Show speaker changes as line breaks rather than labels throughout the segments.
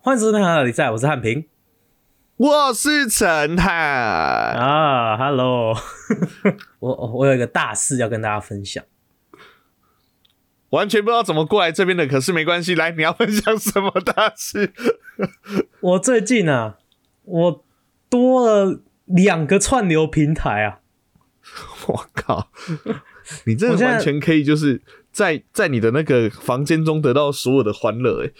欢迎收听《哪里在》，我是汉平
我是陈汉，
啊，Hello，我我有一个大事要跟大家分享。
完全不知道怎么过来这边的，可是没关系，来，你要分享什么大事？
我最近啊，我多了两个串流平台啊，
我靠，你真
我
的
现在
完全可以就是在在你的那个房间中得到所有的欢乐，哎，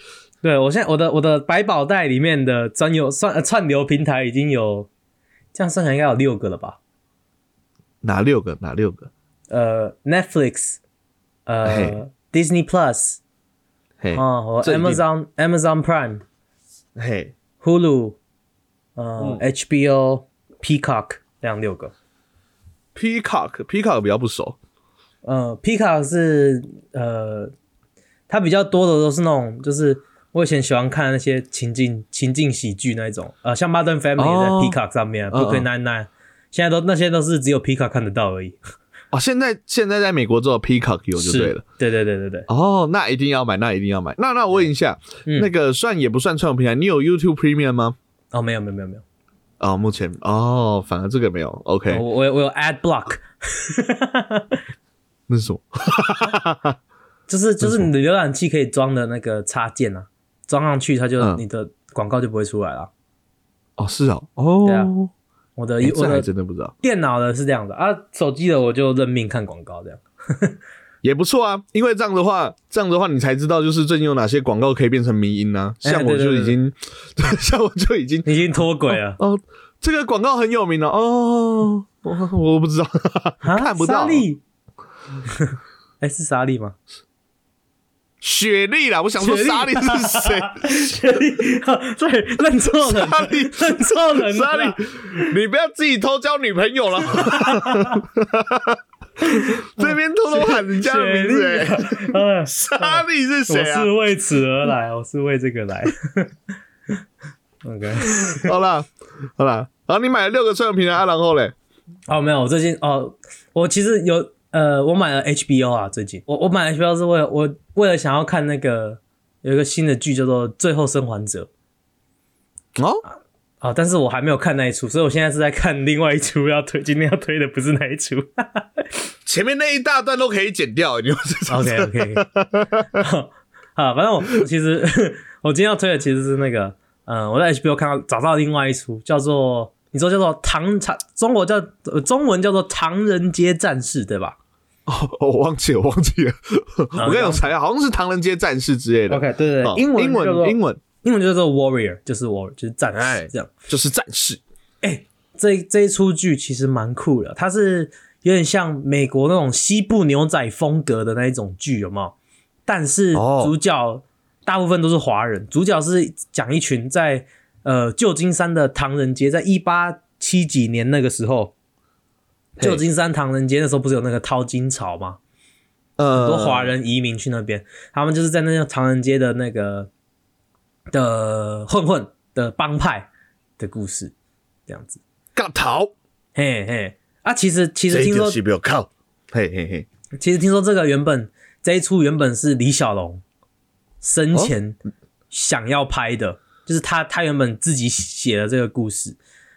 对我现在我的我的百宝袋里面的专有串呃串流平台已经有，这样算起来应该有六个了吧？
哪六个？哪六个？
呃，Netflix，
嘿
呃，Disney Plus，
嘿，
啊，我
这一定
Amazon Amazon Prime。
嘿，
Hulu，呃、HBO、Peacock 这样六个。
Peacock，Peacock 比较不熟。
呃，Peacock 是呃，它比较多的都是那种，就是我以前喜欢看那些情境情境喜剧那一种，呃，像 Modern Family 也在
哦
Peacock 上面、啊
嗯嗯
b r o o k l y Nine Nine，现在都那些都是只有 Peacock 看得到而已。
哦，现在现在在美国只有 Peacock 有就对了。，
对对对对对，
哦，那一定要买，那一定要买。那那我问一下，
嗯
那个算也不算串流平台？你有 YouTube Premium 吗？
哦，没有没有没有没有，
哦，目前哦，反而这个没有。OK，、
我我有我有 Ad Block，
那是什么？
就是就是你的浏览器可以装的那个插件啊，装上去它就、
嗯
你的广告就不会出来了。
哦，是哦，哦，
对啊我的、
诶
我
哎这还
的
真的不知道，
电脑的是这样的啊，手机的我就认命看广告这样。
也不错啊。因为这样的话，这样的话你才知道就是最近有哪些广告可以变成迷音呢、
哎
像我
对对
就
对
已经，像我就已经
你已经脱轨了，
哦，这个广告很有名了、哦。我我不知道，
啊
看不到
莎莉， 哎、是莎莉吗？
雪莉啦，我想说
雪莉
莎莉是谁？
雪莉， 对，认错人，
莎莉
认错人啊
莎
了
莉
啦。，
你不要自己偷交女朋友 了。这边偷偷喊人家的
雪
名字、
莉
欸，
啊，
莎莉是
我
谁啊
是？为此而来，我是为这个来。OK，
好啦，好啦，然后你买了六个串流平台，啊、然后嘞，
哦，没有，我最近哦，我其实有呃，我买了 HBO 啊，最近我我买 HBO 是为了我为了想要看那个有一个新的剧叫做《最后生还者》。
哦，
啊，但是我还没有看那一出，所以我现在是在看另外一出要推，今天要推的不是那一出。
前面那一大段都可以剪掉，你又是
OK OK，啊，反正我我其实 我今天要推的其实是那个，嗯，我在 HBO 看到找到另外一出叫做，你说叫做唐唐，中国叫、呃中文叫做《唐人街战士》对吧
哦，我忘记了，我忘记了，我刚有查，好像是唐人街战士之类的。
对对
哦
英文
英
叫做
文英文
英文叫做 Warrior，就是 Warrior 就是战
哎
士这样。
就是战士，
这这一出剧其实蛮酷的，它是有点像美国那种西部牛仔风格的那一种剧，有没有？但是
哦
主角大部分都是华人，主角是讲一群在呃旧金山的唐人街，在一八七几年那个时候，
嘿
旧金山唐人街那时候不是有那个淘金潮吗？
呃，
很多华人移民去那边，他们就是在那个唐人街的那个的混混的帮派的故事，这样子。
干逃，
嘿嘿，啊，其实其实
这
听说
就，是不要靠，嘿嘿嘿，
其实听说这个原本这一出原本是李小龙生前想要拍的，就是他他原本自己写的这个故事，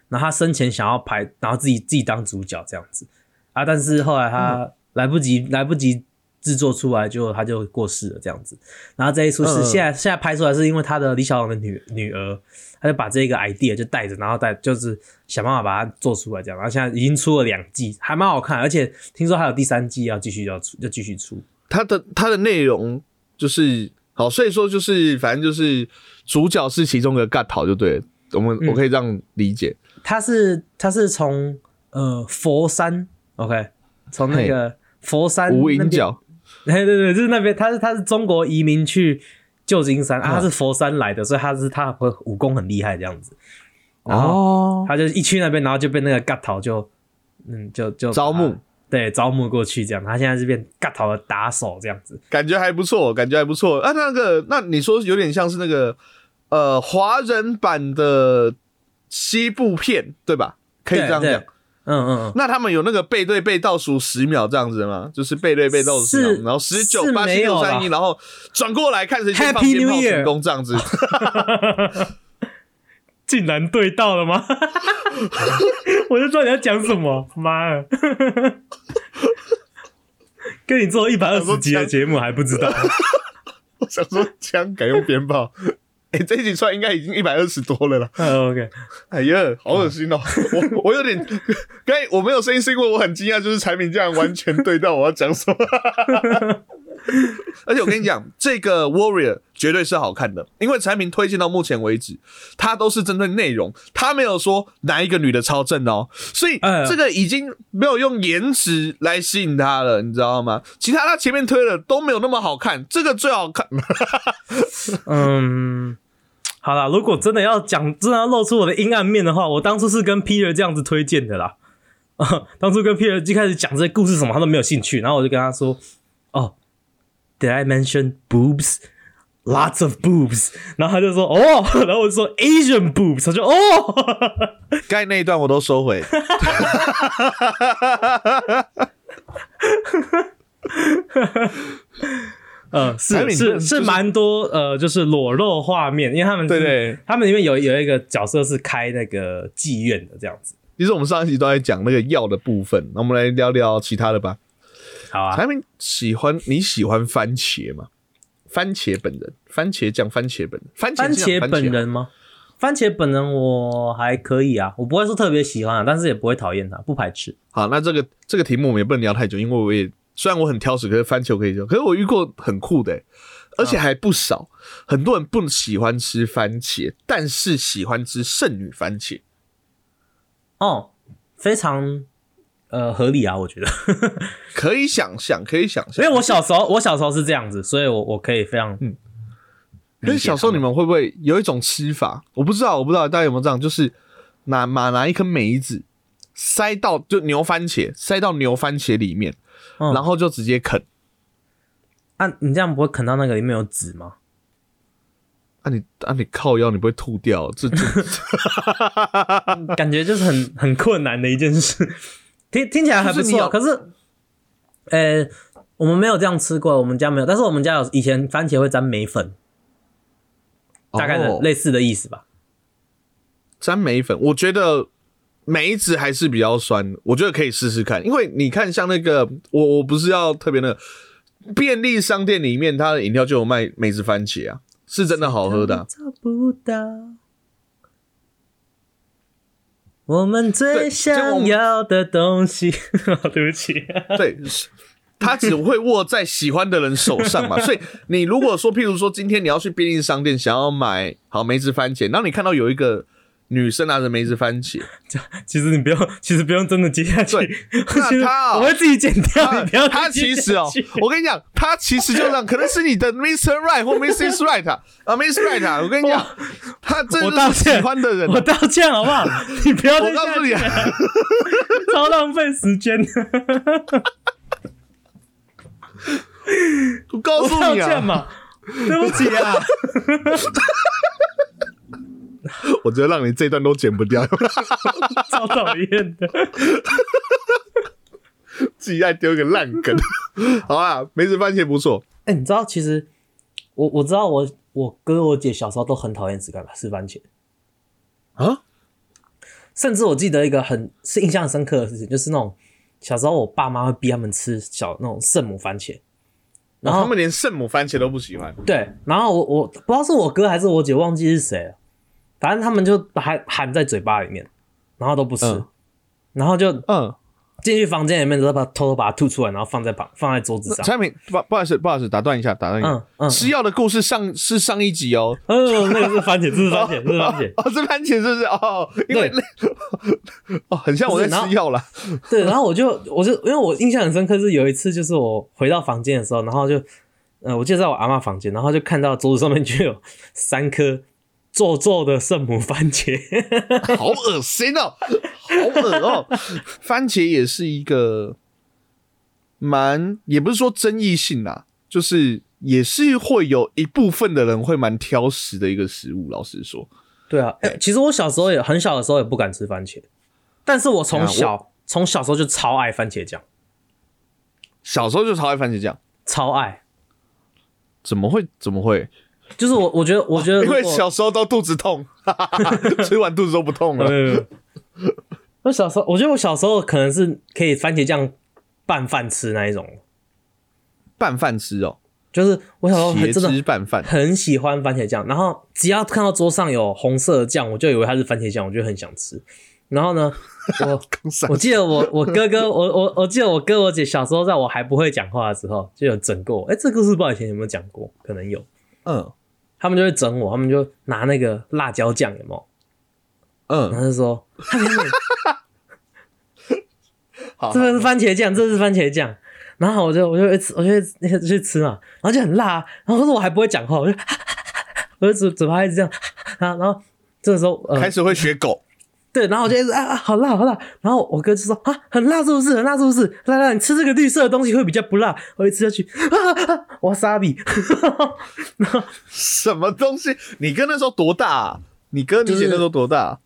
然后他生前想要拍，然后自己自己当主角这样子啊，但是后来他来不及、来不及制作出来，就他就过世了这样子。然后这一出
嗯
是
嗯
现在、现在拍出来，是因为他的李小龙的女女儿，他就把这个 idea 就带着，然后带就是想办法把它做出来这样。然后现在已经出了两季，还蛮好看，而且听说还有第三季要继续要出，要继续出。
它的它的内容就是好，所以说就是反正就是主角是其中的干逃就对了，我们、
嗯
我可以这样理解，
他是他是从呃佛山，OK，从那个佛山
无
那
影
边
脚，
对对对，就是那边，他是他是中国移民去旧金山啊，
嗯
他是佛山来的，所以他是他会武功很厉害这样子。然后
哦，
他就一去那边，然后就被那个嘎桃就嗯就就
招募
把他，对招募过去这样。他现在是变嘎桃的打手这样子。
感觉还不错，感觉还不错啊。那个，那你说有点像是那个呃华人版的西部片对吧？可以这样
对
讲
对，嗯嗯，
那他们有那个背对背倒数十秒这样子的吗？就是背对背倒数十
是
秒，然后十九
是
八七
没有
六
啦
三一，然后转过来看谁先
Happy
放鞭炮
New Year
成功这样子。
竟然对到了吗？ 我就知道你要讲什么，妈的！ 跟你做一百二十集的节目还不知道，
我想说枪改用鞭炮， 哎、这一集出来应该已经一百二十多了啦。
嗯 OK，
哎呀，好恶心哦！我我有点，刚才我没有声音是因为我很惊讶，就是产品竟然完全对到我要讲什么。而且我跟你讲，这个 Warrior 绝对是好看的，因为产品推荐到目前为止，它都是针对内容，它没有说哪一个女的超正哦，所以
哎呀
这个已经没有用颜值来吸引她了，你知道吗？其他她前面推的都没有那么好看，这个最好看。
嗯，好啦，如果真的要讲，真的要露出我的阴暗面的话，我当初是跟 Peter 这样子推荐的啦。 啊，当初跟 Peter 一开始讲这些故事什么，他都没有兴趣，然后我就跟他说：“哦，Did I mention boobs? Lots of boobs。”然后他就说：“哦。” 然后我就说：“Asian boobs。”他就：“哦。”
刚才那一段我都收回。
呃，
产
是
品
是
就是
是蛮多呃，就是裸露画面，因为他们
对
是
对，
他们里面有有一个角色是开那个妓院的这样子。
其实我们上一集都在讲那个药的部分，那我们来聊聊其他的吧。
好啊，
产品喜欢你喜欢番茄吗？番茄本人，番茄酱，番茄本人，番茄
番
酱
茄
番
本
茄
人吗？番茄本人我还可以啊，我不会说特别喜欢、啊，但是也不会讨厌他，不排斥。
好，那这个这个题目我们也不能聊太久，因为我也虽然我很挑食，可是番茄我可以聊。可是我遇过很酷的欸、而
嗯
且还不少。很多人不喜欢吃番茄，但是喜欢吃剩女番茄。
哦，非常呃合理啊，我 觉得，
可以想象，可以想
因
象。
为我小时候我小时候是这样子，所以我我可以非常嗯。
可是小时候你们会不会有一种吃法？我不知道，我不知道大家有没有这样，就是拿拿拿一颗梅子塞到就牛番茄塞到牛番茄里面，
嗯
然后就直接啃。
啊，你这样不会啃到那个里面有籽吗？
啊你啊你靠腰你不会吐掉？哦这这
感觉就是很很困难的一件事， 听听起来还不
就是你
错，
有
可是，呃，我们没有这样吃过，我们家没有，但是我们家有以前番茄会沾梅粉， 大概的
哦
类似的意思吧。
沾梅粉，我觉得梅子还是比较酸，我觉得可以试试看。因为你看，像那个我我不是要特别那个便利商店里面，它的饮料就有卖梅子番茄啊，是真的好喝的啊、
找不到。我们最想要的东西， 哦对不起，
对，它只会握在喜欢的人手上嘛。所以你如果说，譬如说今天你要去便利商店，想要买好梅子番茄，然后你看到有一个女生拿着梅子番茄，
其实你不用，其实不用真的接下去，
对那
其实
他 哦
我会自己剪掉，
她
你不要
她
自己
其
剪
实哦
下去，
我跟你讲，她其实就这样，可能是你的 Mr. Right 或 Mrs. Right 啊啊，Miss Right 啊，我跟你讲，她真
我
的
道
是喜
歉
欢的人啊。
我道歉好不好？ 你不要
我
再
告诉
下
你
去，
啊，
超浪费时间。
我告
我
诉
道
你
歉
啊，
嘛，对不起啊，
我觉得让你这段都剪不掉，
超讨厌的。
自己再丢一个烂梗。好啊，梅子番茄不错，
哎、你知道其实我我知道我我哥我姐小时候都很讨厌吃干吃番茄
啊，
甚至我记得一个很是印象很深刻的事情，就是那种小时候我爸妈会逼他们吃小那种圣母番茄，然
他
后、
们连圣母番茄都不喜欢。
对，然后我我不知道是我哥还是我姐忘记是谁了，反正他们就含含在嘴巴里面，然后都不吃，
嗯
然后就
嗯，
进去房间里面，然后把偷偷把它吐出来，然后放在旁放在桌子上，
产品不不好意思，不好意思，打断一下，打断一下。
嗯 嗯
吃药的故事上是上一集哦。
嗯，那个是番茄，这是番茄，这是番 茄，
哦，是番茄是不是？哦，因为那 哦，很像我在
不是然后
吃药啦。
对，然后我就我就因为我印象很深刻，是有一次就是我回到房间的时候，然后就呃，我就在我阿嬷房间，然后就看到桌子上面就有三颗皱皱的圣母番 茄，
好恶心哦，好恶哦。番茄也是一个蛮，也不是说争议性啦，就是也是会有一部分的人会蛮挑食的一个食物。老实说，
对啊，哎、其实我小时候也很小的时候也不敢吃番茄，但是我从
啊
小从小时候就超爱番茄酱，
小时候就超爱番茄酱，
超爱。
怎么会怎么会？
就是我，我觉得，我觉 得如
因
果，
为小时候都肚子痛， 哈哈哈，吃完肚子都不痛
没有
了。
没有没有， 我小时候，我觉得我小时候可能是可以番茄酱拌饭吃那一种，
拌饭吃哦，
就是我小时候很
茄
哦真的
汁拌饭，
很喜欢番茄酱，然后只要看到桌上有红色的酱，我就以为它是番茄酱，我就很想吃。然后呢，我 我记得我我哥哥我我我记得我哥我姐小时候在我还不会讲话的时候就有整过我，哎、这个故事不知道以前有没有讲过，可能有。
嗯
他们就会整我，他们就拿那个辣椒酱，有没有？然
嗯，
后就说
好，
这个是番茄酱，这是番茄酱。然后我就我就一直我就一直一直去吃嘛，然后就很辣啊、然后可是我还不会讲话，我就 我就嘴嘴巴一直这样，然后然后这个时候呃
开始会学狗，
对，然后我就一直啊啊，好辣好辣。然后我哥就说啊，很辣是不是？很辣是不是？来来，你吃这个绿色的东西会比较不辣。我一吃下去啊啊，哇沙比，
什么东西？你哥那时候多大啊？你哥你
就是
姐那时候多大？啊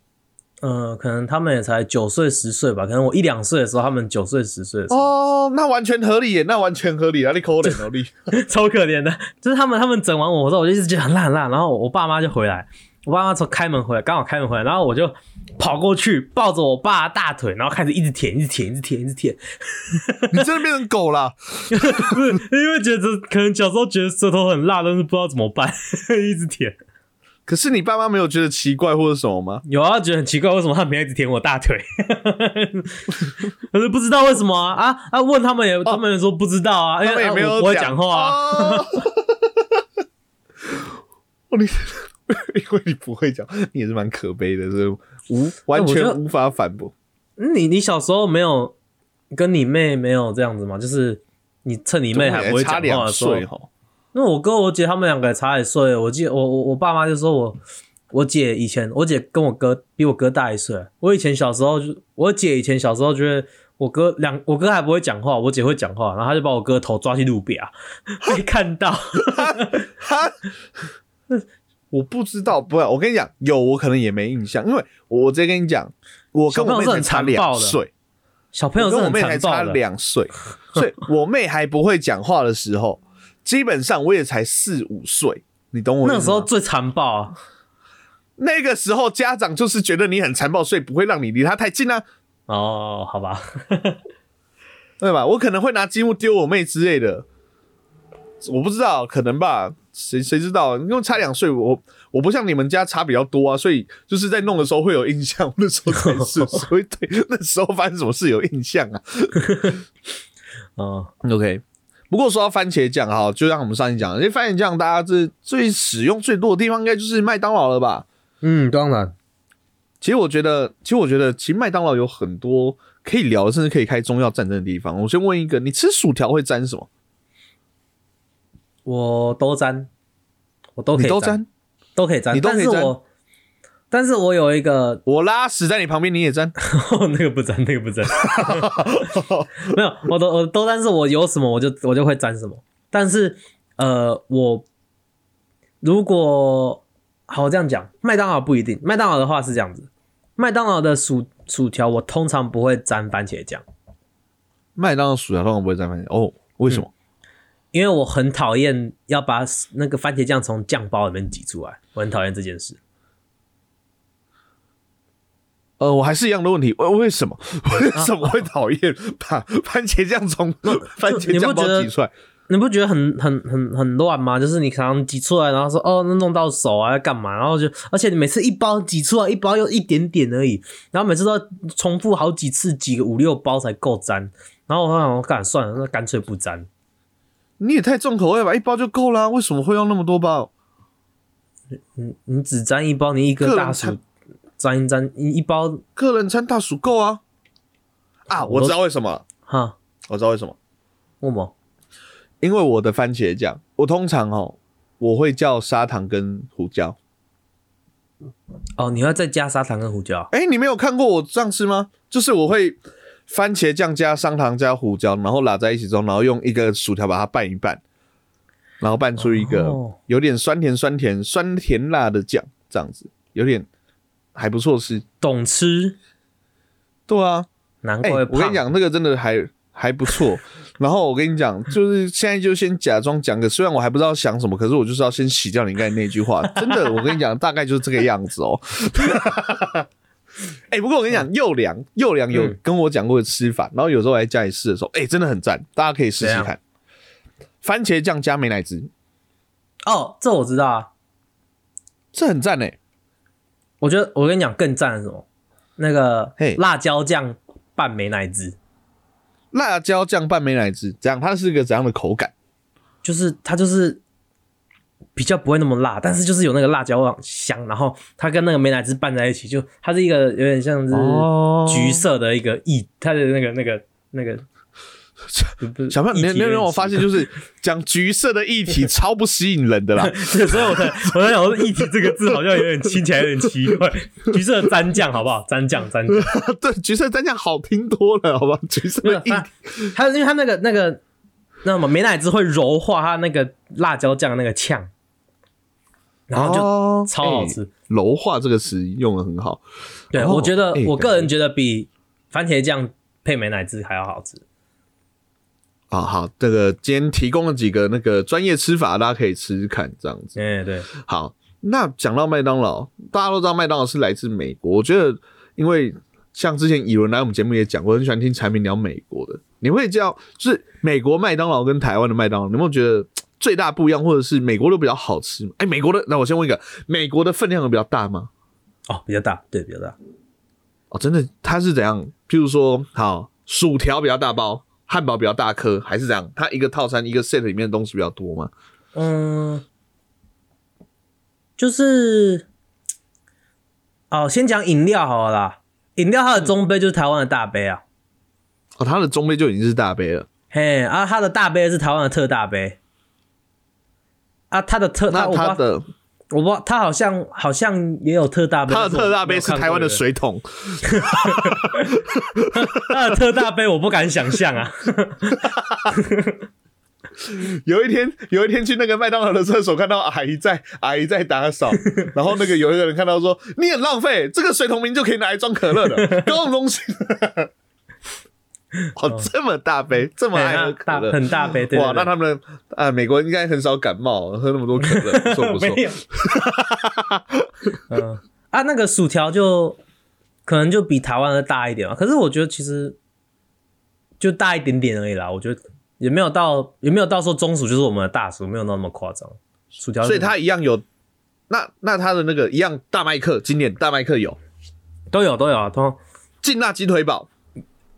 嗯，可能他们也才九岁十岁吧，可能我一两岁的时候，他们九岁十岁的时候，
哦，那完全合理耶，那完全合理啊！你抠脸 哦，你
超可怜的。就是他们他们整完我之后，我就一直觉得很辣很辣。然后我爸妈就回来，我爸妈从开门回来，刚好开门回来，然后我就跑过去抱着我爸的大腿，然后开始一直舔，一直舔，一直舔，一直舔。
你真的变成狗了。
不是因为觉得可能小时候觉得舌头很辣，但是不知道怎么办，一直舔。
可是你爸妈没有觉得奇怪或者什么吗？
有啊，觉得很奇怪，为什么他们要一直舔我大腿？ 可是不知道为什么啊啊啊！问他们也，他们也说不知道啊，因
哦他们
为
也
啊
没有
我不会讲话啊。
哦哦 你因为你不会讲，你也是蛮可悲的，是无完
我觉得
全无法反驳。
你你小时候没有跟你妹没有这样子吗？就是你趁你妹还不会讲
差
话
两
的时候
岁，哈，
那我哥我姐他们两个差一岁，我记得我我我爸妈就说我我姐以前我姐跟我哥比我哥大一岁，我以前小时候就我姐以前小时候觉得我哥两我哥还不会讲话，我姐会讲话，然后他就把我哥头抓去路边啊， 被看到，
哈， 我不知道，不，我跟你讲，有我可能也没印象，因为我直接跟你讲，我跟
小朋友
我妹
是
才
很
差
残暴
两
的
岁，
小朋友
我
是
跟我
很
妹才
残暴
差
的，
两岁，所以我妹还不会讲话的时候，基本上我也才四五岁，你懂我意思
那
吗
时候最残暴、啊，
那个时候家长就是觉得你很残暴，所以不会让你离他太近啊，
哦，好吧，
对吧？我可能会拿积木丢我妹之类的，我不知道，可能吧，谁谁知道？因为差两岁，我我不像你们家差比较多啊，所以就是在弄的时候会有印象。我那时候才 是，所以对那时候发生什么事有印象啊。
嗯，
OK，不过说到番茄酱哈，就像我们上一讲的，因为番茄酱大家最最使用最多的地方，应该就是麦当劳了吧？
嗯，当然，
其实我觉得，其实我觉得，其实麦当劳有很多可以聊，甚至可以开中药战争的地方。我先问一个，你吃薯条会沾什么？
我都沾，我都可
你
以
都
沾，
沾？
都可以沾，
你都可以
但是我，但是我有一个
我拉屎在你旁边，你也沾？
那个不沾，那个不沾， 没有，我都我都沾，是我有什么我就我就会沾什么。但是呃，我如果好我这样讲，麦当劳不一定，麦当劳的话是这样子，麦当劳的薯薯条我通常不会沾番茄酱，
麦当劳薯条通常不会沾番茄哦，为
嗯
什么？
因为我很讨厌要把那个番茄酱从酱包里面挤出来，我很讨厌这件事。
呃，我还是一样的问题，为为什么 为什么会讨厌把 番茄酱从 番
你
茄
不
酱包
觉得
挤出来？
你不觉得很很很很乱吗？就是你常常挤出来，然后说哦，那弄到手啊，要干嘛？然后就，而且你每次一包挤出来，一包又一点点而已，然后每次都要重复好几次，挤个五六包才够沾。然后我想，我干算了，那干脆不沾。
你也太重口味吧，一包就够啦，为什么会要那么多包？
你你只沾一包，你一
个
颗
人
大
餐
薯沾一沾，一一包
个人餐大薯够啊！啊，
我
我
都
知道为什么了，
哈，
我知道为什么。
为什么？
因为我的番茄酱，我通常哦，我会叫砂糖跟胡椒。
哦，你要再加砂糖跟胡椒，
哎、你没有看过我这样吃吗？就是我会番茄酱加砂糖加胡椒，然后拉在一起之后，然后用一个薯条把它拌一拌，然后拌出一个
哦
有点酸甜酸甜酸甜辣的酱，这样子有点还不错吃。
懂吃
对啊，
难
哎、
怪
我跟
胖
你讲，那个真的还还不错。然后我跟你讲，就是现在就先假装讲个，虽然我还不知道想什么，可是我就是要先洗掉你刚才那句 话。真的，我跟你讲，大概就是这个样子哦。 哎、不过我跟你讲，幼良幼良有
嗯
跟我讲过吃法，然后有时候来家里试的时候，哎、真的很赞，大家可以试
怎
试
样
看。番茄酱加美乃滋，
哦，这我知道啊。
这很赞哎、
我觉得我跟你讲更赞的是什么，那个
嘿
辣椒酱拌美乃滋，
辣椒酱拌美乃滋，这样它是一个怎样的口感？
就是它就是比较不会那么辣，但是就是有那个辣椒香，然后它跟那个美乃滋拌在一起，就它是一个有点像是
哦
橘色的一个液，它的那个那个那 个。不不
小朋友，你
液
有
体
你有没有
点
发
奇
现，就是讲橘色的 议题超不吸引人的啦？
对，所以 我才我在想说“议题”这个字好像有点听起来有点奇怪。橘色的蘸酱好不好？蘸酱蘸酱，
对，橘色蘸酱好听多了，好吧？ 橘色
没
的
有
议
它它因为它那个那个那什么美乃滋会柔化它那个辣椒酱那个呛，然后就
哦
超好吃。
哎柔化这个词用的很好，
对，
哦
我觉得
哎
我个人
感
觉得比番茄酱配美乃滋还要好吃。
啊，好，这个今天提供了几个那个专业吃法，大家可以吃吃看，这样子。
哎，对，
好，那讲到麦当劳，大家都知道麦当劳是来自美国，我觉得因为像之前以伦来我们节目也讲过，很喜欢听产品聊美国的。你会叫就是美国麦当劳跟台湾的麦当劳，你有没有觉得嘖最大不一样，或者是美国的比较好吃吗？哎、美国的，那我先问一个，美国的分量有比较大吗？
哦，比较大，对，比较大。
哦，真的，它是怎样？譬如说，好，薯条比较大包，汉堡比较大颗，还是怎样？它一个套餐一个 set 里面的东西比较多吗？
嗯，就是哦，先讲饮料好了啦。饮料它的中杯就是台湾的大杯啊，
哦，它的中杯就已经是大杯了。
嘿，啊，它的大杯是台湾的特大杯。啊，它的特，它
那
我不知
它
道
的
我不知道，它好像好像也有特大杯，
它的
但我
特大杯
没有
是
看过
台湾的
人，
水桶，
它的特大杯我不敢想象 啊。
有一天，有一天去那个麦当劳的厕所，看到阿姨在阿姨在 打扫，然后那个有一个人看到说：“你很浪费，这个水桶明就可以拿来装可乐 的，搞什么东西？” 哦，这么大 杯，这么
嘿
爱
它
喝
大
可乐，
很大杯，对
哇，那他们啊、美国人应该很少感冒，喝那么多可乐，不错不错
没。有。嗯啊，那个薯条就可能就比台湾的大一点嘛，可是我觉得其实就大一点点而已啦，我觉得也没有到也没有到说中薯就是我们的大薯，没有那么夸张。薯条是，
所以它一样有，那那它的那个一样大麦克，经典大麦克有
都有都有啊，都
劲辣鸡腿堡，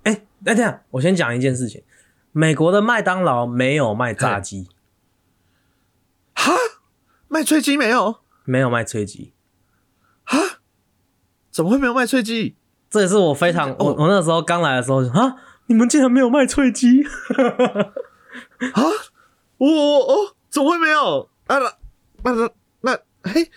哎哎，这样我先讲一件事情，美国的麦当劳没有卖炸
嘿
鸡，
哈，卖脆鸡没有？
没有卖脆鸡，
怎么会没有卖脆鸡？
这也是我非常我
哦
我那时候刚来的时候啊，你们竟然没有卖脆鸡，
啊，我我哦，怎么会没有？啊，那那那那嘿，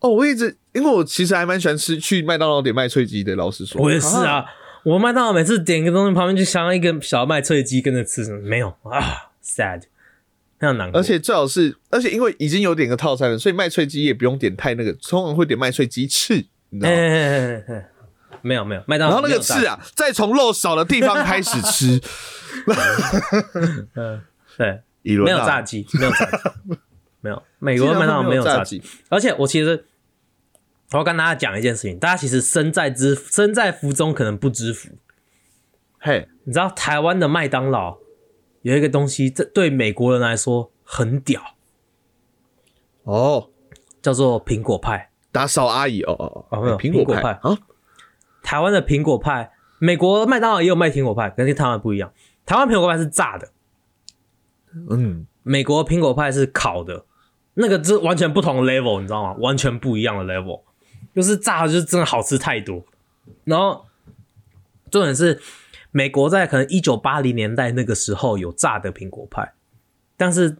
哦，我一直因为我其实还蛮喜欢吃去麦当劳点卖脆鸡的，老实说，
我也是啊，我麦当劳每次点一个东西，旁边就想要一个小麦脆鸡跟着吃，没有啊，sad，非常难过。
而且最好是，而且因为已经有点个套餐了，所以卖脆鸡也不用点太那个，通常会点卖脆鸡翅，你知
哎，
道吗？
哎哎哎哎没有没有，麦当劳
然后那个
没
翅
有炸，
啊，再从肉少的地方开始吃。
嗯，对，
一轮
没有
啊
炸，鸡，没有炸鸡， 没有，美国麦当劳没有炸鸡。
鸡。
而且我其实我要跟大家讲一件事情，大家其实身在知身在福中可能不知福。
嘿，
你知道台湾的麦当劳有一个东西，这对美国人来说很屌，
哦，
叫做苹果派。
打扫阿姨，哦哦
哦没有
哦，苹果
苹果派
啊，
台湾的苹果派，美国麦当劳也有卖苹果派，跟台湾不一样。台湾苹果派是炸的，
嗯，
美国苹果派是烤的，那个是完全不同的 level，你知道吗？完全不一样的 level，就是炸的，就是真的好吃太多。然后重点是，美国在可能一九八零年代那个时候有炸的苹果派，但是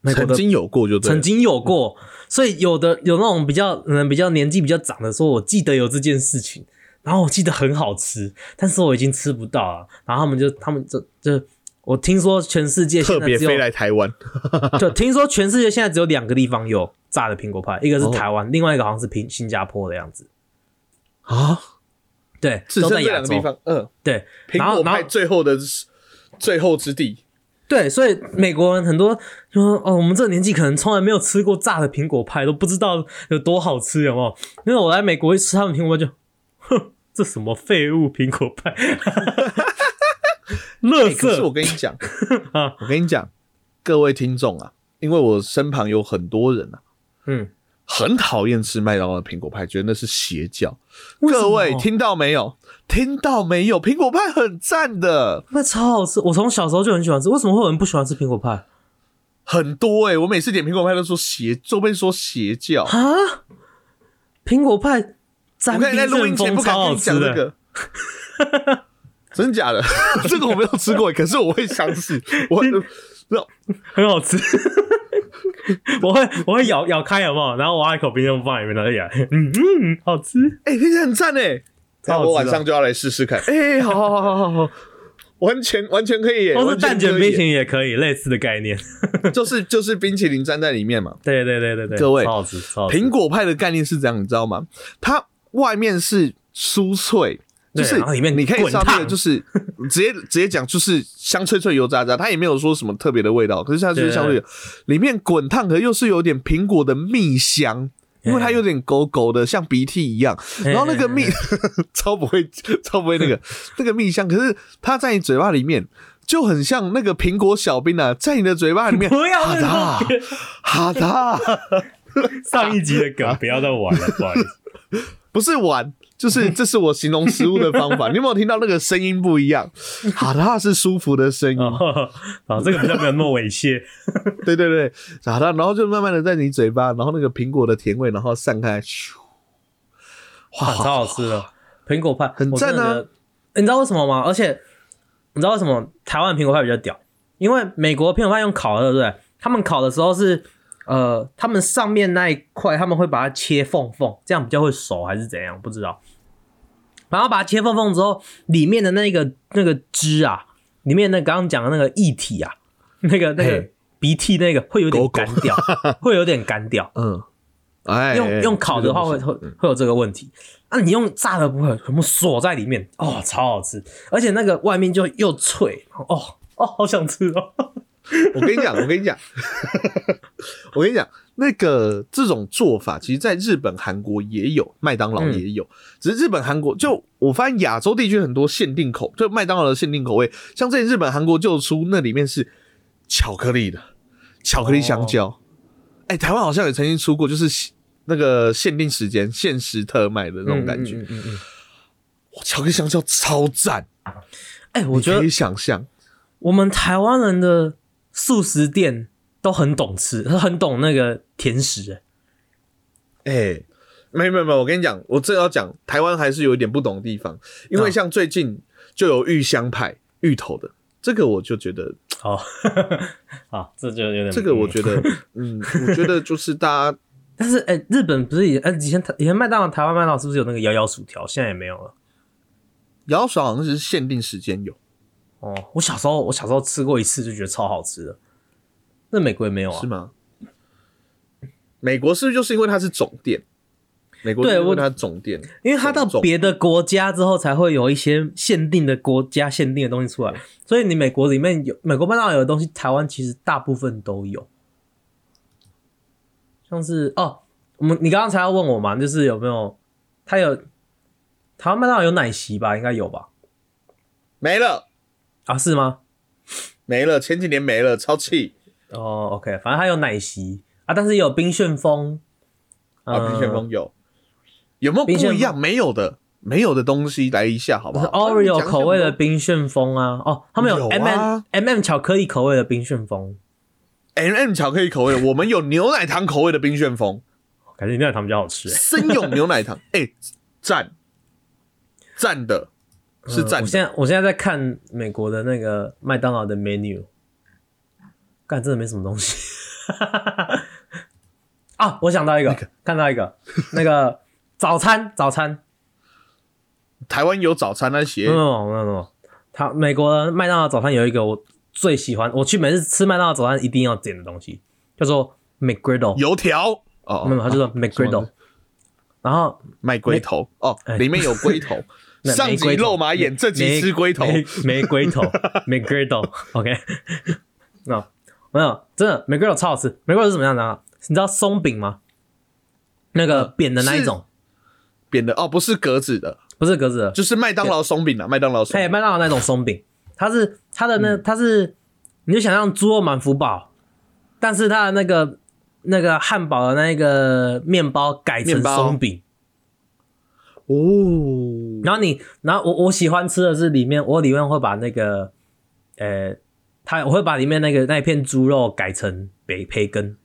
美国
曾
的
经有过就对了，
曾经有过，所以有的有那种比较嗯比较年纪比较长的说，我记得有这件事情，然后我记得很好吃，但是我已经吃不到了。然后他们就他们就就我听说全世界现
特
在
别
只有
飞来台湾，
就听说全世界现在只有两个地方有炸的苹果派，一个是
哦
台湾，另外一个好像是平新加坡的样子。
啊，
对，
只
都
剩
在
这
亚
两个地
洲。
方，嗯，
对，然
苹
后
果
然后
派最后的最后之地，
对，所以美国人很多就说哦，我们这个年纪可能从来没有吃过炸的苹果派，都不知道有多好吃，有没有？因为我来美国一吃他们苹果派就，哼，这什么废物苹果 派，垃
欸可是我
圾。
跟你讲
啊，
我跟你讲，各位听众啊，因为我身旁有很多人啊，
嗯，
很讨厌吃麦当劳的苹果派，觉得那是邪教。
为什么
各位听到没有？听到没有？苹果派很赞的，
那超好吃，我从小时候就很喜欢吃。为什么会有人不喜欢吃苹果派
很多哎、我每次点苹果派都说邪，都被说邪教。
啊？苹果派
我
沾
看你在
冰
录
旋
音前
风
不敢
超
跟
好
你
吃
讲这
的，
个，真假的？ 这个我没有吃过，可是我会相信。我那
很 好吃。我会我会咬咬开有没有？然后挖一口冰旋风放里面，然后咬，嗯嗯，好吃。
哎，听起来很赞哎，
超好
那
吃的
我晚上就要来试试看。哎，好好好好好好，完全完全可以耶，
或
完
哦是
全
蛋卷
可以
冰
耶
淇淋也可以，类似的概念。
就是就是冰淇淋沾在里面嘛。
对对对对对，
各位
超好吃，超好吃。
苹果派的概念是这样，你知道吗？它外面是酥脆，就
对
是
然后里面
你可以
滚
上面
烫
就是 直接直接讲，就是香脆脆油炸炸，它也没有说什么特别的味道，可是它就是香脆
对
油，里面滚烫，可又是有点苹果的蜜香。因为它有点狗狗的，像鼻涕一样，然后那个蜜 超不会，超不会那个 那个蜜香，可是它在你嘴巴里面就很像那个苹果小兵啊，在你的嘴巴里 面，
不要
哈
再
达
说别
哈达，
上一集的梗，不要再玩了，不好意思。
不是碗， 就是这是我形容食物的方法。你有没有听到那个声音不一样？哈达是舒服的声音，
哦， 好这个比较没有那么猥亵。
对对对，哈达，然后就慢慢的在你嘴巴，然后那个苹果的甜味，然后散开，咻，
哇， 超好吃的苹果派，
很赞啊
我真的觉得！欸你知道为什么吗？而且你知道为什么台湾苹果派比较屌？因为美国苹果派用烤的，对不对？他们烤的时候是呃，他们上面那一块他们会把它切缝缝，这样比较会熟还是怎样？不知道。然后把它切缝缝之后，里面的那个那个汁啊，里面那刚刚讲的那个液体啊，那个那个
嘿
鼻涕那个会有点
狗狗
干 掉，会有点干掉。
嗯，哎，哎嗯
用用烤的话会，
这个
会会有这个问题。那、你用炸的不会，全部锁在里面哦，超好吃，而且那个外面就又脆哦哦，好想吃哦。
不是我跟你讲，我跟你讲， 我跟你讲，那个这种做法，其实在日本、韩国也有，麦当
嗯
劳也有，只是日本、韩国就我发现亚洲地区很多限定口，就麦当劳的限定口味，像这日本、韩国就出那里面是巧克力的，巧克力香蕉。
哦
哎、台湾好像也曾经出过，就是那个限定时间、限时特卖的那种感觉，
嗯嗯嗯嗯嗯
哇巧克力香蕉超赞，
哎、我觉
你可
得
以想象。
我们台湾人的素食店都很懂吃，很懂那个甜食、哎
哎、没有没有没有，我跟你讲，我这要讲台湾还是有一点不懂的地方，因为
嗯
像最近就有芋香派、芋头的，这个我就觉得，
好好，哦啊这就有点
这个我
嗯
觉得，嗯，我觉得就是大家
但是哎、日本不是以哎、以前以前麦当劳台湾麦当劳是不是有那个摇摇薯条？现在也没有了。
摇手好像是限定时间有，
哦，我小时候我小时候吃过一次就觉得超好吃的，那美国也没有啊
是？吗？美国是不是就是因为它是总店？美国
对
是因
我
为它是总店，
因为它到
种
别的国家之后，才会有一些限定的国家限定的东西出来。所以你美国里面有美国麦当劳有的东西，台湾其实大部分都有。像是哦，我们你刚刚才要问我嘛，就是有没有它有台湾麦当劳有奶昔吧？应该有吧？
没了
啊，是吗？
没了，前几年没了，超气
哦，OK，反正它有奶昔啊，但是也有冰旋风
啊！冰旋
嗯
风有，有没有
冰旋
不
风
一样？没有的，没有的东西来一下好不
是
好
Oreo 口味的
冰。
冰旋风啊，哦，他们有
有
M M
啊
M M 巧克力口味的冰旋风，
M M 巧克力口味， 我们有牛奶糖口味的冰旋风，
感觉那糖比较好吃、欸。
生用牛 奶糖，哎、赞，赞的，是
嗯
赞
我
的。
现在我现在在看美国的那个麦当劳的 menu，干真的没什么东西。 啊，我想到一个，看到一个，那个早餐早餐，
台湾有早餐那些，
没有没有没有没有，他美国麦当劳早餐有一个我最喜欢，我去每次吃麦当劳早餐一定要点的东西，叫做 McGriddle，
油条
没有，
哦，
它叫做 McGriddle，然后
卖龟头哦，里面有龟头，
哎 那
上集
玫瑰头
露马眼
玫
这集吃龟头
玫玫瑰头，玫瑰头，OK，那、no, 没有，真的玫瑰头超好吃。玫瑰头是怎么样的啊？你知道松饼吗？那
呃
个扁的那一种，
扁的哦，不是格子的，
不是格子的，
就是麦当劳松饼啊，麦当劳松
哎，麦当劳那种松饼，它是它的
嗯
那它是，你就想象猪肉满福堡，但是它的那个那个汉堡的那个面包改成
面包
松饼，
哦，
然后你，然后我我喜欢吃的是里面，我里面会把那个，呃，它我会把里面那个那一片猪肉改成培培根，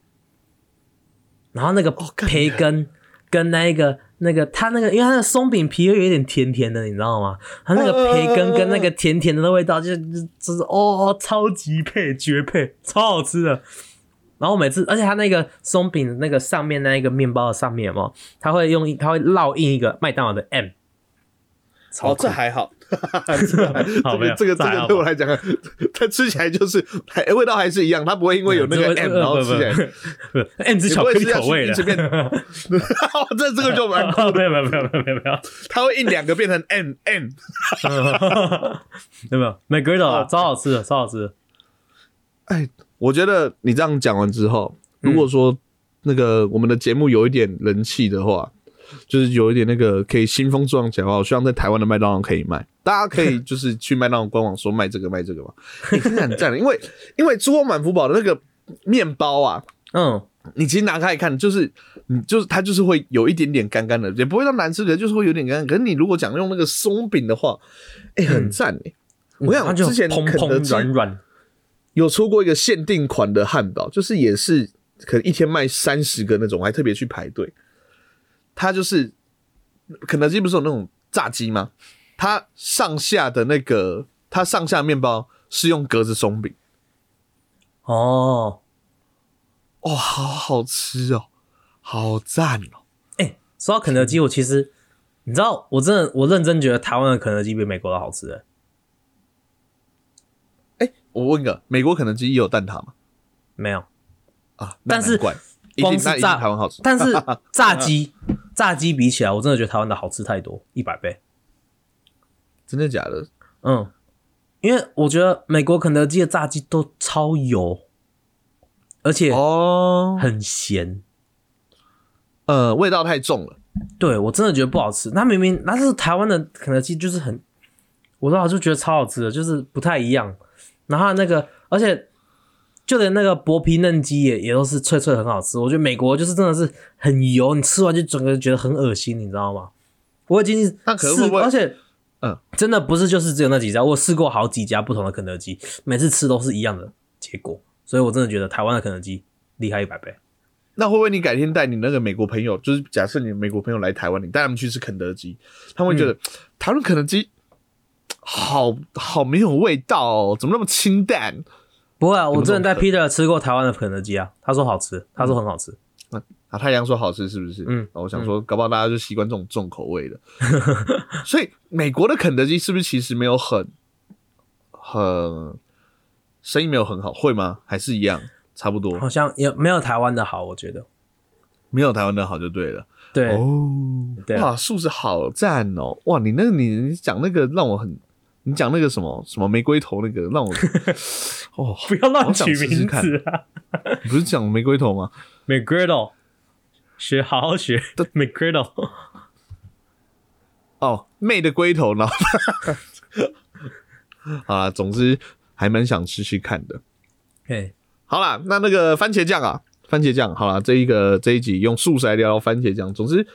然后那个
哦干
培根跟那一个那个它那个，因为它那个松饼皮又有一点甜甜的，你知道吗？它那个培根跟
呃
那个甜甜的味道就，就就是哦，超级配绝配，超好吃的。然后每次，而且它那个松饼的那个上面那一个面包的上面嘛，它会用一它会烙印一个麦当劳的 M。
哦，这还 好，这还
好没有
这个这
这还
个
好
对我来讲，它吃起来就是还味道还是一样，它不会因为有那个 M 然后吃起来，
呃不不 M 是巧克力口味的，
你不会吃下去一直 这这个就 蛮，
没有没有没有没有没有没有
它会一两个变成 M M，
没有没有美格豆啊
哦，
超好吃的，超好吃的。
哎，我觉得你这样讲完之后，如果说那个我们的节目有一点人气的话，就是有一点那个可以兴风作浪起来的话，我希望在台湾的麦当劳可以卖。大家可以就是去麦当劳官网说卖这个卖这个嘛，你真的很赞的，因为因为猪肉满福堡的那个面包啊，
嗯，
你其实拿开来看，就是你就是它就是会有一点点干干的，也不会到难吃的，就是会有点干。可是你如果讲用那个松饼的话，哎、很赞哎、我
嗯
想
它就
之前
蓬
肯德
蓬
基
软软，
有出过一个限定款的汉堡，就是也是可能一天卖三十个那种，我还特别去排队。它就是肯德基不是有那种炸鸡吗？它上下的那个，它上下面包是用格子松饼，
哦，
哇、哦好好吃哦，好赞哦！
哎，说到肯德 基，我其实你知道，我真的我认真觉得台湾的肯德基比美国的好吃哎。
哎、我问个，美国肯德基也有蛋挞吗？
没有，
啊，那
但是
难怪一定
光
那
是
一定
炸
台湾好吃。
但是炸鸡炸鸡比起来，我真的觉得台湾的好吃太多，一百倍。
真的假的？
嗯，因为我觉得美国肯德基的炸鸡都超油，而且
哦，
很咸。
呃，味道太重了。
对我真的觉得不好吃。那明明那是台湾的肯德基，就是很，我当时就觉得超好吃的，就是不太一样。然后那个，而且就连那个薄皮嫩鸡也也都是脆脆的很好吃。我觉得美国就是真的是很油，你吃完就整个觉得很恶心，你知道吗？我已经是
那可是会不会
而且。
嗯，
真的不是就是只有那几家，我试过好几家不同的肯德基，每次吃都是一样的结果，所以我真的觉得台湾的肯德基厉害一百倍。
那会不会你改天带你那个美国朋友，就是假设你美国朋友来台湾，你带他们去吃肯德基，他们会觉
嗯
得、台湾肯德基好好没有味道哦，怎么那么清淡？
不会啊，我之前带
怎么
Peter 吃过台湾的肯德基啊，他说好吃，他说很好吃。
啊，太阳说好吃是不是？
嗯
啊，我想说，搞不好大家就习惯这种重口味的。 所以美国的肯德基是不是其实没有很很生意没有很好，会吗？还是一样差不多，
好像也没有台湾的好，我觉得。
没有台湾的好就对了。
对，
哦，
对啊
哇，素质好赞哦！哇，你那个你你讲那个让我很，你讲那个什么什么玫瑰头那个让我， 哦，
不要乱
好想
取
试试
名
看
字啊。
你不是讲玫瑰头吗？
McGriddle，学好好 学。McGriddle，
哦，妹的龟头，然后 好啦，总之还蛮想试试看的。
哎，
好啦，那那个番茄酱啊，番茄酱，好啦，这一个这一集用素食来聊聊番茄酱。总之，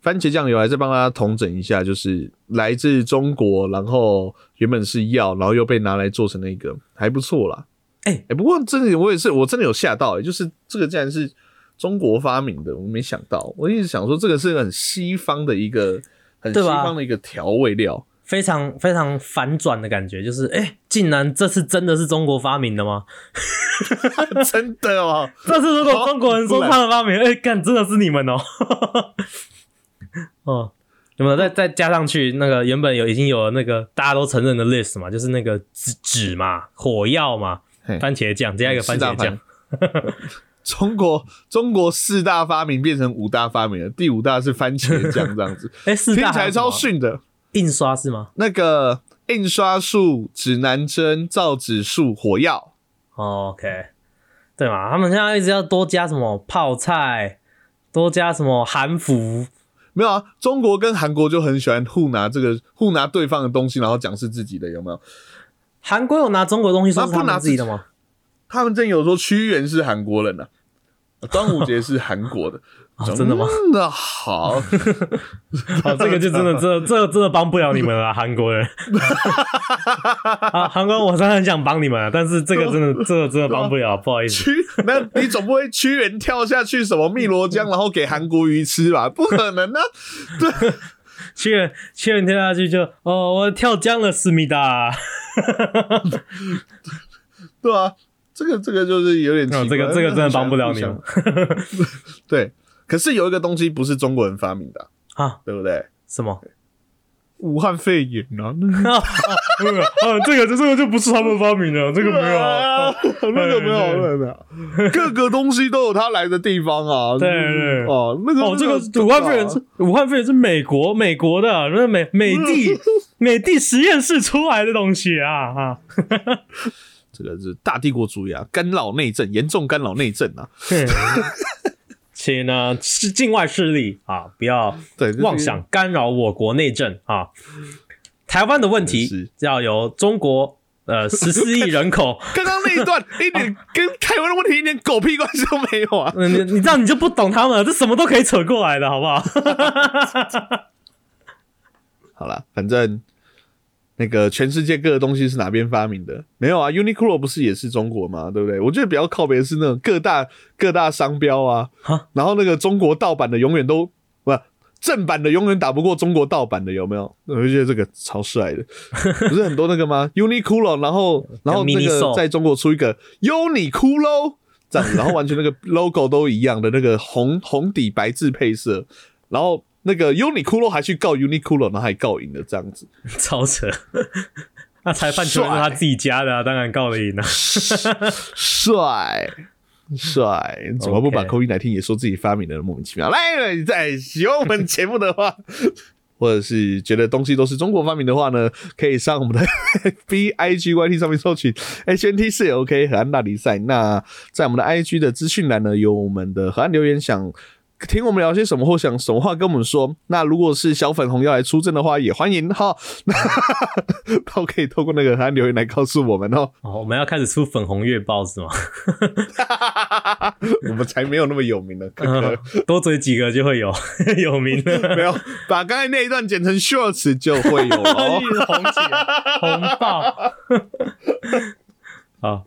番茄酱油还是帮大家统整一下，就是来自中国，然后原本是药，然后又被拿来做成那个，还不错啦。
哎
不过真的我也是，我真的有吓到、欸，就是这个竟然是中国发明的，我没想到。我一直想说，这个是很西方的一个，很西
对吧
方的一个调味料。
非常非常反转的感觉，就是哎，竟然这次真的是中国发明的吗？
真的哦，
这次如
好
果中国人说他的发明，哎，干，真的是你们哦。 哦，有没有再再加上去那个原本有已经有那个大家都承认的 list 嘛，就是那个纸纸嘛、火药嘛
嘿、
番茄酱，加一个
四
番
大
茄
发
酱
明。 中国中国四大发明变成五大发明了，第五大是番茄酱这样子，
哎，四
听
大
起
还
来
有什么
超逊的。
印刷是吗？
那个印刷术、指南针、造纸术、火药，
哦，OK，对嘛？他们现在一直要多加什么泡菜，多加什么韩服，
没有啊？中国跟韩国就很喜欢互拿这个互拿对方的东西，然后讲是自己的，有没有？
韩国有拿中国东西说是
那不
他
拿
们自己的吗？
他们真有说屈原是韩国人呢、啊，端午节是韩国的，
哦真的吗？
的好，
哦，这个就真的，这这真的帮不了你们了，韩国 人。啊，韩国，我真的很想帮你们啊，但是这个真的，这个真的帮不了，不好意思。
屈，那你总不会屈原跳下去什么汨罗江，然后给韩国鱼吃吧？ 不可能啊！
去人去人跳下去就哦，我跳江了，思密达。
对啊，这个这个就是有点奇怪、
哦这个这个真的帮不了你
们
们。
对，可是有一个东西不是中国人发明的啊、
啊，
对不对？
什么？
武汉肺炎啊，那
啊，没有啊，这个这个就不是他们发明的，这个没有啊。
那个没有，
对
那个没有，各个东西都有它来的地方啊。
对对
哦，那个
哦，这
那
个武汉肺炎
对啊
是武汉肺炎是美国美国的，啊那美美帝美帝实验室出来的东西啊啊！
啊这个是大帝国主义啊，干扰内政，严重干扰内政啊。
对， 请呢是境外势力啊，不要
对，就是
妄想干扰我国内政啊。台湾的问
是
题要由中国呃十四亿人口，
刚刚那一段一点跟台湾的问题一点狗屁关系都没有啊。
嗯，你你这样你就不懂他们了，这什么都可以扯过来的，好不好？
好啦，反正那个全世界各个东西是哪边发明的？没有啊，Uniqlo 不是也是中国吗？对不对？我觉得比较靠北的是那种各大各大商标啊
哈，
然后那个中国盗版的永远都不正版的永远打不过中国盗版的，有没有？我就觉得这个超帅 的，不是很多那个吗？Uniqlo，然后然后那
Miniso
个在中国出一个优你骷髅。这样子，然后完全那个 logo 都一样的，那个红红底白字配色，然后那个 Uniqlo 还去告 Uniqlo，然后还告赢了这样子，
超扯。 那裁判球是他自己家的、啊，当然告得赢了、
帅帅，怎么不把
OK
口音来听也说自己发明的，莫名其妙。来，来你在喜欢我们节目的话， 或者是觉得东西都是中国发明的话呢，可以上我们的 B I G Y T 上面搜寻 H N T 四 O K 河岸大比赛。那在我们的 I G 的资讯栏呢，有我们的河岸留言想。听我们聊些什么或想什么话跟我们说。那如果是小粉红要来出征的话，也欢迎哈。那 都可以透过那个河岸留言来告诉我们哦。
哦，我们要开始出粉红月报是吗？
我们才没有那么有名呢，哥哥
多追几个就会有 有名了。
没有把刚才那一段剪成 shorts 就会有 了哦
一。直红起来，红爆。 好，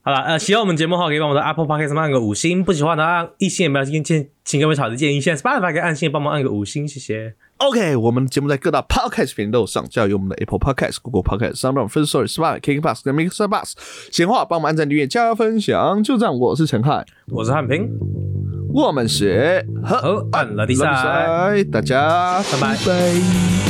好了，呃，喜欢我们节目的话，可以帮我们的 Apple Podcast 上面按个五星；不喜欢的话按一星也没有意见，请各位草的建议。现在 Spotify 可以按星帮忙按个五星，谢谢。
OK，我们节目在各大 podcast 频道上架，有我们的 Apple Podcast、Google Podcast、s o u n d o n First Story、Spotify、k i c k b o x 跟 Mixer Box。闲话，帮我们按赞、订阅、加分享，就这样。我是陈汉，
我是汉平，
我们是和
好，按了第三。
大家
拜拜
拜